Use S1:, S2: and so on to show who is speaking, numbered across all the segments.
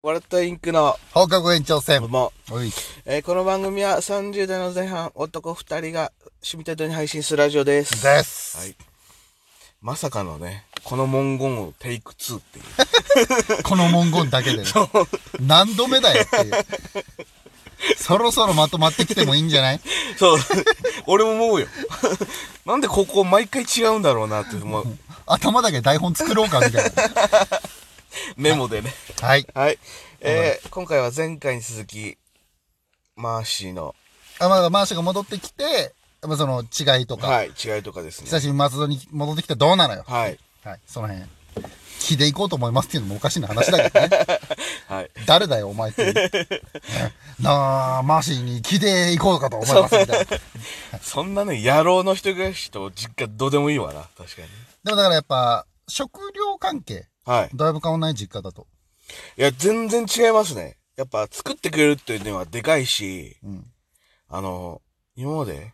S1: ワルトインクの、
S2: 放課後延長戦
S1: どう。も、
S2: おい。
S1: えーこの番組は30代の前半、男2人が趣味程度に配信するラジオです。
S2: です。
S1: はい。まさかのね、この文言をテイク2っていう。
S2: この文言だけでね。何度目だよっていう。そろそろまとまってきてもいいんじゃない
S1: そう、俺も思うよ。 なんでここ毎回違うんだろうなって、 もう
S2: 頭だけ台本作ろうかみたいな。
S1: メモでね。
S2: はい。
S1: はい。えー今回は前回に続き、マーシーの、
S2: あまだマーシャが戻ってきて、まあ、その違いとか、
S1: はい、違いとかですね。
S2: 久しぶりに松戸に戻ってきてどうなのよ。
S1: はい。
S2: はい。その辺。気でいこうと思いますっていうのもおかしいな話だけ どね。
S1: はい。
S2: 誰だよ、お前っていう。ねなあ、マーシーに気でいこうかと思いますみたいな。
S1: そんなね、野郎の一人暮らしと実家どうでもいいわな、確かに。
S2: でもだからやっぱ、食料関係、
S1: はい。
S2: だいぶ変わんない実家だと。
S1: いや、全然違いますね。やっぱ作ってくれるっていうのはでかいし、
S2: うん。
S1: あの、今まで、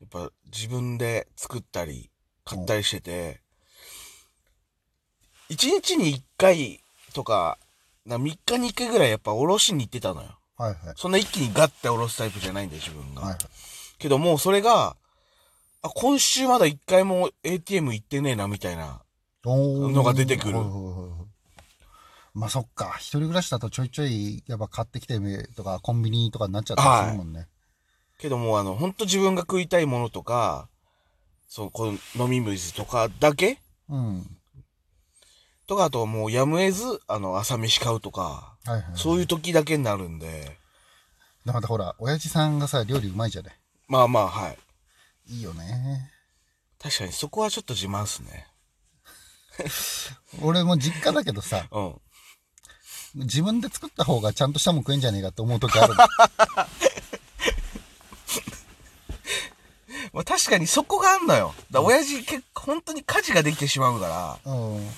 S1: やっぱ自分で作ったり、買ったりしてて、一日に一回とか、な3日に1回ぐらいやっぱおろしに行ってたのよ。
S2: はいはい。
S1: そんな一気にガッておろすタイプじゃないんで自分が。
S2: はいはい。
S1: けどもうそれが、あ、今週まだ一回も ATM 行ってねえなみたいな。
S2: おー
S1: のが出てくる
S2: はいはいはいはいまあそっか。一人暮らしだとちょいちょい、やっぱ買ってきてとか、コンビニとかになっちゃったりするもんね。
S1: けどもうあの、ほんと自分が食いたいものとか、そう、この飲み水とかだけ
S2: うん。
S1: とか、あともうやむえず、あの、朝飯買うとか、
S2: はいはい。
S1: そういう時だけになるんで、
S2: で、またほら、親父さんがさ、料理うまいじゃない。
S1: まあまあ、はい。
S2: いいよね。
S1: 確かにそこはちょっと自慢っすね。
S2: 俺も実家だけどさ、
S1: うん。
S2: 自分で作った方がちゃんとしたもん食えんじゃねえかって思う時あるもん。
S1: まあ確かにそこがあんのよ。だ親父結構本当に家事ができてしまうから、
S2: うん。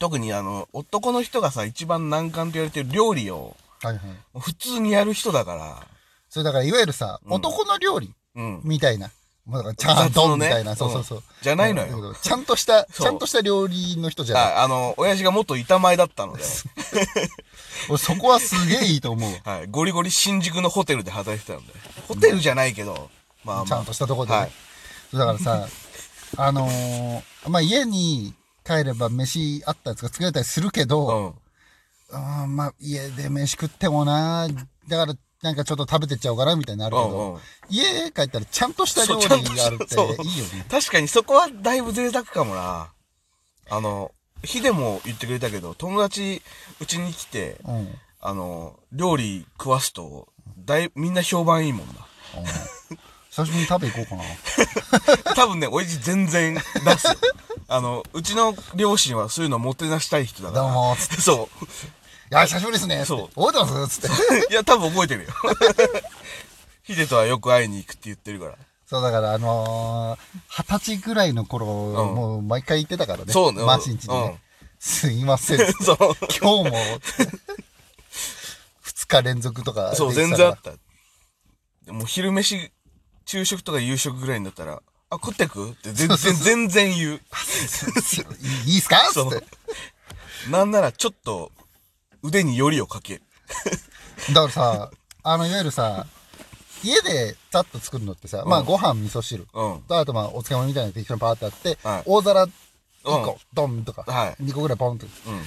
S1: 特にあの、男の人がさ、一番難関と言われてる料理を、
S2: はいはい。
S1: 普通にやる人だから、
S2: それだから、いわゆるさ、
S1: うん
S2: 男の料理
S1: うん。
S2: みたいな。まあだから、ちゃんとみたいな。
S1: 雑の
S2: そう
S1: ね
S2: そうそう。
S1: んじゃないのよ
S2: だけどちゃんとした、
S1: そう
S2: ちゃんとした料理の人じゃない。
S1: ああの、親父が元板前だった ので、
S2: 俺そこはすげえいいと思うわ。
S1: はい、ゴリゴリ新宿のホテルで働いてたんで。ホテルじゃないけど、まあ
S2: ちゃ
S1: ま
S2: んとしたとこで、ね
S1: はい
S2: だからさ、 あのーまあ、家に帰れば飯あったやつが作れたりするけ
S1: あ、
S2: ど、
S1: うん。
S2: うん、まあ、家で飯食ってもな、だから、なんかちょっと食べてっちゃおうかなみたいになるけど、
S1: うんうん
S2: 家帰ったらちゃんとした
S1: そ
S2: 料
S1: うちゃん
S2: 理
S1: とした
S2: があるっていい
S1: そう
S2: よね。
S1: 確かにそこはだいぶ贅沢かもな。あの、ヒでも言ってくれたけど、友達、うちに来て、
S2: うん。うん
S1: あの、料理食わすと、だい、みんな評判いいもんな。
S2: 久しぶりに食べ行こうかな。
S1: 多分ね、親父全然出すよ。あの、うちの両親はそういうのもてなしたい人だから。
S2: どうもーっつ っ
S1: そ
S2: いや、久しぶりですね。
S1: そう
S2: 覚えてますつって。
S1: う。いや、多分覚えてるよ。ヒデとはよく会いに行くって言ってるから。
S2: そう、だから、あのー、二十歳ぐらいの頃、
S1: ん
S2: もう毎回行ってたからね。
S1: そうね
S2: マーシンチにね。
S1: うん
S2: すいません っつって。
S1: そう。
S2: 今日も、 二日連続とか。
S1: そう、全然あっ。た。でもう昼飯、昼食とか夕食ぐらいになったら、あ、食ってくって全然、全然言う。
S2: いいいっすかつ
S1: そ
S2: っ
S1: う
S2: て。。
S1: なんならちょっと、腕によりをかける。
S2: だからさ、あの、いわゆるさ、家でざっと作るのってさ、まあご飯、味噌汁。
S1: うん。
S2: とあとまあお漬物みたいなの適当にパーってあって、
S1: はい
S2: 大皿1個、ドンとか、
S1: はい
S2: 2個ぐらいポンと、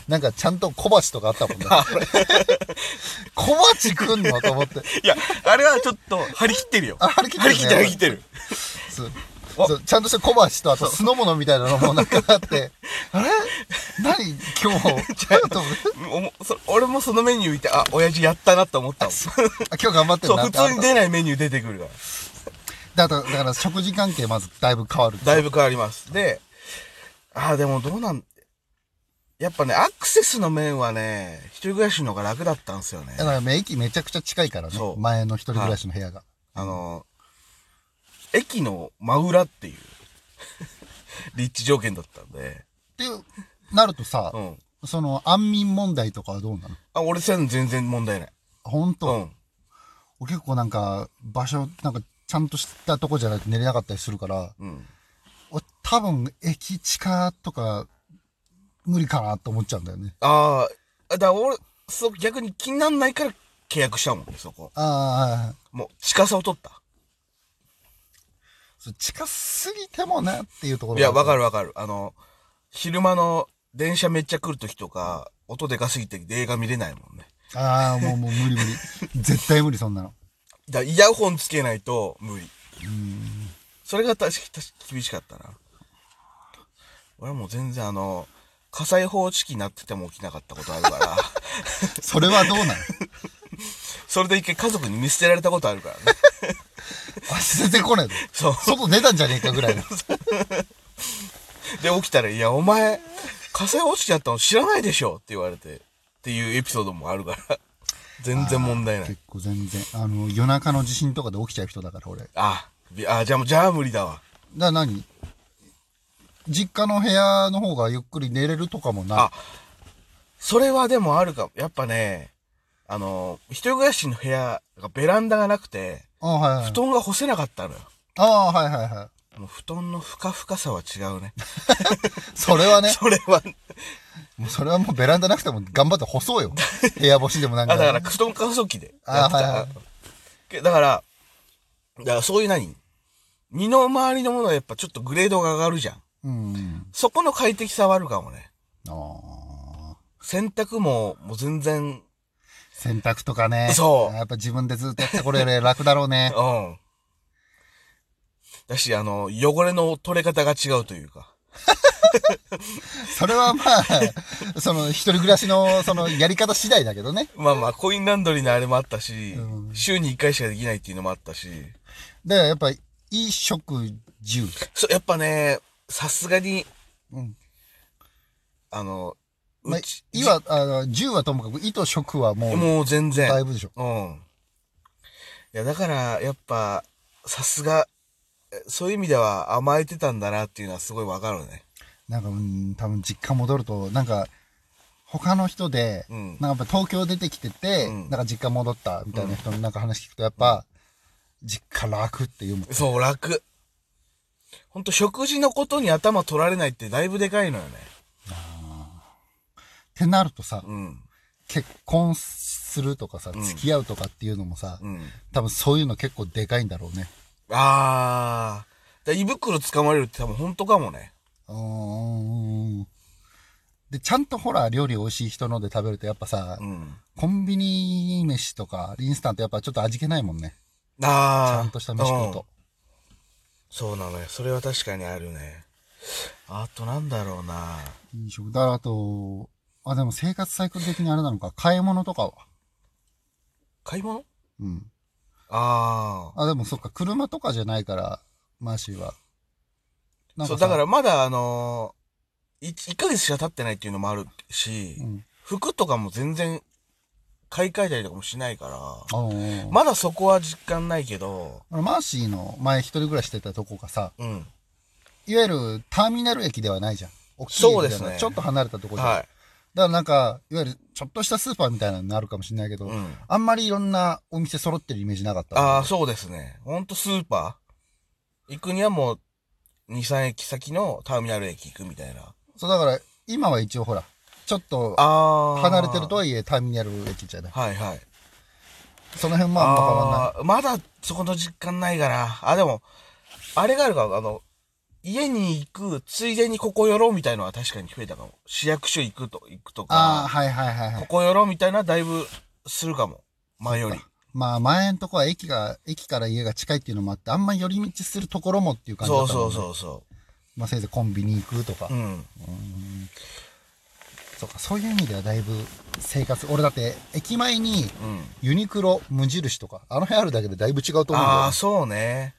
S2: なんかちゃんと小鉢とかあったも んね。 小鉢食んのと思って。
S1: いや、あれはちょっと、張り切ってるよ。
S2: あ張り切ってるね
S1: 張り切ってる、張り切ってる。
S2: そうそうちゃんとした小鉢とあと酢の物みたいなのもなんかあって、 あれ何今日、ちょっと思って
S1: おもそ俺もそのメニュー見て、あ、親父やったなって思ったもん。そう、
S2: あ今日頑張ってるなっ
S1: 普
S2: てあ
S1: 通
S2: る
S1: に出ないメニュー出てくるから。
S2: だとだから食事関係まずだいぶ変わる。
S1: だいぶ変わります。で、ああ、でもどうなん、やっぱね、アクセスの面はね、一人暮らしの方が楽だったんですよね
S2: だ。から駅めちゃくちゃ近いからね
S1: そ。う
S2: 前の一人暮らしの部屋が。
S1: あの、駅の真裏っていう、 立地条件だったんで、
S2: っていう、なるとさ
S1: う、ん。
S2: その安眠問題とかはどうなの
S1: あ、俺そういうの全然問題ない。
S2: 本
S1: う
S2: 当、
S1: ん。
S2: 俺結構なんか場所、なんかちゃんとしたとこじゃないと寝れなかったりするから、
S1: うん。
S2: 俺多分駅地下とか無理かなと思っちゃうんだよね。
S1: あーあ、だから俺、そう、逆に気になんないから契約したもんね、そこ。
S2: ああ、
S1: もう、近さを取った。
S2: そう近すぎてもなっていうところ。
S1: いや、わか
S2: る。
S1: るわかる。あの、昼間の電車めっちゃ来る時とか、音でかすぎて映画見れないもんね。
S2: ああ、もう、もう無理無理。 絶対無理、そんなの。
S1: だからイヤホンつけないと無理。それが確か確か厳しかったな。俺はもう全然あの、火災報知器になってても起きなかったことある から、
S2: それはどう なの
S1: それで一回家族に見捨てられたことあるからね。
S2: 足出てこないで。
S1: そう
S2: 外出たんじゃねえか ぐらいの。
S1: で、起きたら、いや、お前、火災報知器だったの知らないでしょって言われて、っていうエピソードもあるから、全然問題ない。
S2: 結構全然。あの、夜中の地震とかで起きちゃう人だから、俺。
S1: あびあ、じゃあ、じゃあ無理だわ。
S2: だ、何実家の部屋の方がゆっくり寝れるとかもない。
S1: あそれはでもあるかも。やっぱね、あの、一人暮らしの部屋がベランダがなくて、
S2: ああ、はい、はい
S1: 布。団が干せなかったのよ。
S2: ああ、はいはいはい。
S1: もう布団のふかふかさは違 うね。
S2: それはね、
S1: それは、
S2: もうそれはもうベランダなくても頑張って干そうよ。部屋干しでもなん か。
S1: あ、だから布団乾燥機でやっ
S2: あ
S1: てた。
S2: はいはい
S1: けだから、だからそういう何身の回りのものはやっぱちょっとグレードが上がるじゃん。
S2: うん。
S1: そこの快適さはあるかもね。
S2: ああ。
S1: 洗濯も、もう全然、
S2: 洗濯とかね。
S1: そう
S2: やっぱ自分でずっとやってこれより楽だろうね。
S1: うん。だし、あの、汚れの取れ方が違うというか。
S2: それはまあ、 その、一人暮らしの、その、やり方次第だけどね。
S1: まあまあ、コインランドリーのあれもあったし、
S2: う
S1: 週に1回しかできないっていうのもあったし、
S2: で、やっぱ、衣食住。
S1: そう、やっぱね、さすがに、
S2: うん。
S1: あの、
S2: まあ
S1: うち、、
S2: 衣は、あの、住はともかく、衣と食はもう、
S1: もう全然。
S2: だいぶでしょ。
S1: うん。いや、だから、やっぱ、さすが、えそういう意味では甘えてたんだなっていうのはすごいわかるね。
S2: なんか、うん、多分実家戻ると、なんか、他の人で、
S1: うん
S2: なんかやっぱ東京出てきてて、
S1: うん
S2: なんか実家戻ったみたいな人のなんか話聞くと、やっぱ、実家楽っていうもん。
S1: そう、楽。ほんと、食事のことに頭取られないってだいぶでかいのよね。
S2: ってなるとさ、
S1: うん。
S2: 結婚するとかさ、付き合うとかっていうのもさ、
S1: うん。
S2: 多分そういうの結構でかいんだろうね。
S1: あー。だから胃袋掴まれるって多分本当かもね。
S2: うーん。で、ちゃんとほら、料理美味しい人ので食べるとやっぱさ、
S1: うん。
S2: コンビニ飯とか、インスタントやっぱちょっと味気ないもんね。ち
S1: あー。
S2: ゃんとした飯食う
S1: うん
S2: と。
S1: そうなのよ。それは確かにあるね。あとなんだろうな。
S2: 飲食。だからあと、あ、でも生活サイクル的にあれなのか、買い物とかは。
S1: 買い物
S2: うん。
S1: あ
S2: あ、でもそっか、車とかじゃないから、マーシーは。
S1: あ。
S2: なん
S1: そ
S2: か
S1: う、
S2: さ
S1: だからまだあのー、1, ヶ月しか経ってないっていうのもあるし、
S2: うん。
S1: 服とかも全然買い替えたりとかもしないから、
S2: あー
S1: まだそこは実感ないけど、
S2: あのマーシーの前一人暮らししてたとこがさ、
S1: うん。
S2: いわゆるターミナル駅ではないじゃん。大きい駅
S1: そうですね
S2: じゃないちょっと離れたとこじゃん。
S1: は
S2: だからなんか、いわゆるちょっとしたスーパーみたいなのになるかもしれないけど、
S1: い。うん。
S2: あんまりいろんなお店揃ってるイメージなかった。
S1: ああ、そうですね。ほんとスーパー行くにはもう、2、3駅先のターミナル駅行くみたいな。
S2: そうだから、今は一応ほら、ちょっと
S1: ああ。
S2: 離れてるとはいえターミナル駅じゃない。
S1: はいはい。
S2: その辺もあんま変わんない。
S1: あーまだそこの実感ないから。あ、でも、あれがあるかも。あの、家に行く、ついでにここ寄ろうみたいのは確かに増えたかも。市役所行くと、行くと
S2: ああ、
S1: か、
S2: はいはいはいは
S1: こ
S2: い。
S1: こ寄ろうみたいなのはだいぶするかも。前より。
S2: まあ前んとこは駅が、駅から家が近いっていうのもあって、あんま寄り道するところもっていう感じだ
S1: そ
S2: っ
S1: う
S2: たもん、
S1: そう
S2: ね。
S1: そうそ
S2: まあせいぜいコンビニ行くとか。
S1: う。うん。
S2: そうか、そういう意味ではだいぶ生活、俺だって駅前に
S1: うん。
S2: ユニクロ、無印とか、あの辺あるだけでだいぶ違うと思うんだよね、
S1: ああ、そうね。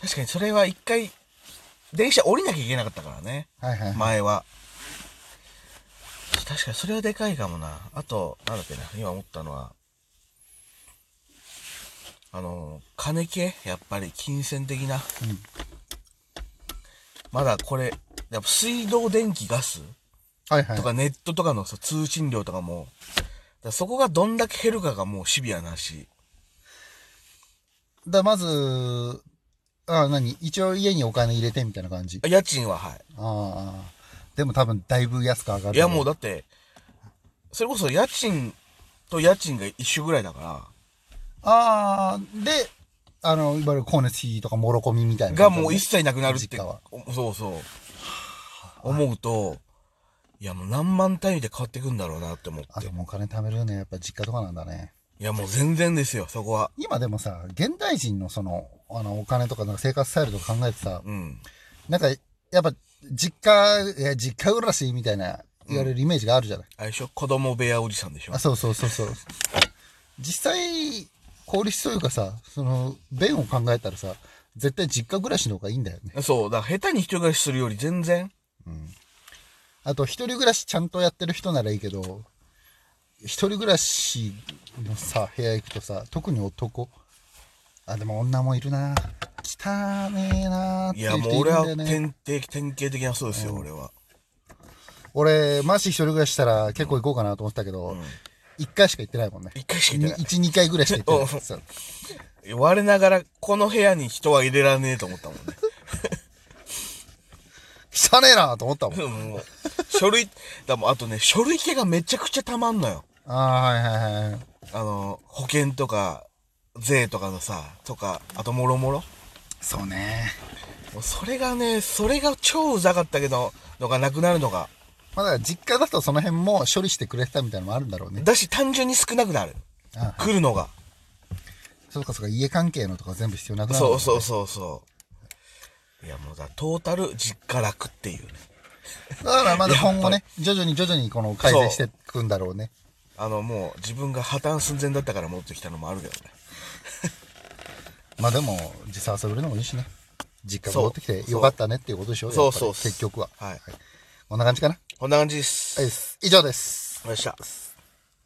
S1: 確かにそれは一回、電車降りなきゃいけなかったからね。
S2: はいはい。
S1: 前は。確かにそれはでかいかもな。あと、なんだっけな、今思ったのは、あの、金系やっぱり金銭的な。
S2: ん
S1: まだこれ、やっぱ水道、電気、ガス
S2: はいはい。
S1: とかネットとかのさ通信料とかも、だからそこがどんだけ減るかがもうシビアなし。
S2: だまず、あ何一応家にお金入れてみたいな感じ。あ
S1: 家賃ははい。
S2: あ。でも多分だいぶ安く上がる。
S1: いやもうだって、それこそ家賃と家賃が一緒ぐらいだから、
S2: ああ、で、あの、いわゆる光熱費とかもろこみみたいな。
S1: がもう一切なくなるって
S2: 実家は。
S1: そうそう思うといやもう何万単位で変わってくんだろうなって思っ
S2: あ、
S1: て
S2: でもお金貯めるね。やっぱ実家とかなんだね。
S1: いやもう全然ですよそこは
S2: 今でもさ、現代人のその、あの、お金とかなんか生活スタイルとか考えてさ、
S1: うん
S2: なんか、やっぱ、実家、いや、実家暮らしみたいな、言われるイメージがあるじゃない。
S1: あれでしょ子供部屋おじさんでしょ
S2: あ、そうそうそうそう。実際、効率というかさ、その、便を考えたらさ、絶対実家暮らしの方がいいんだよね。
S1: そうだから下手に一人暮らしするより全然
S2: あと、一人暮らしちゃんとやってる人ならいいけど、一人暮らしのさ、部屋行くとさ、特に男。あ、でも女もいるな汚ねえなって
S1: い
S2: いう
S1: や
S2: 人い
S1: もう俺
S2: るん
S1: は
S2: だよね。
S1: 典型典型的なそうですよ、俺は
S2: 俺、マジ一人暮らししたら結構行こうかなと思ってたけど、一、回しか行ってないもんね。
S1: 一回しか行ってない
S2: に一、二回ぐらいし か行ってない。そう
S1: 我ながらこの部屋に人は入れられねえと思ったもんね
S2: 汚ねえなと思ったもん。
S1: うん もう書類だもんあとね書類系がめちゃくちゃたまんのよ
S2: ああー、はいはいはい。
S1: あの、保険とか、税とかのさ、とか、あともろもろ。
S2: そうね。
S1: もうそれがね、それが超うざかったけど、のがなくなるのが。
S2: まあ、だから実家だとその辺も処理してくれてたみたいなのもあるんだろうね。
S1: だし、単純に少なくなる。
S2: あ
S1: 来るのが。
S2: そうかそうか、家関係のとか全部必要なくなるもんね、
S1: そうそうそうそう。いや、もうだ、トータル実家楽っていうね。
S2: だからまだ今後ね、徐々に徐々にこの改善していくんだろうね。
S1: あの、もう自分が破綻寸前だったから持ってきたのもあるけどね。
S2: まあでも、実際遊べるのもいいしね。実家
S1: そう
S2: 戻ってきてよかったねっていうことでしょ
S1: そう
S2: やっぱり
S1: そう
S2: 結局は。
S1: はい
S2: こんな感じかな。
S1: こんな感じです。
S2: はい、以上です。
S1: よっしゃ。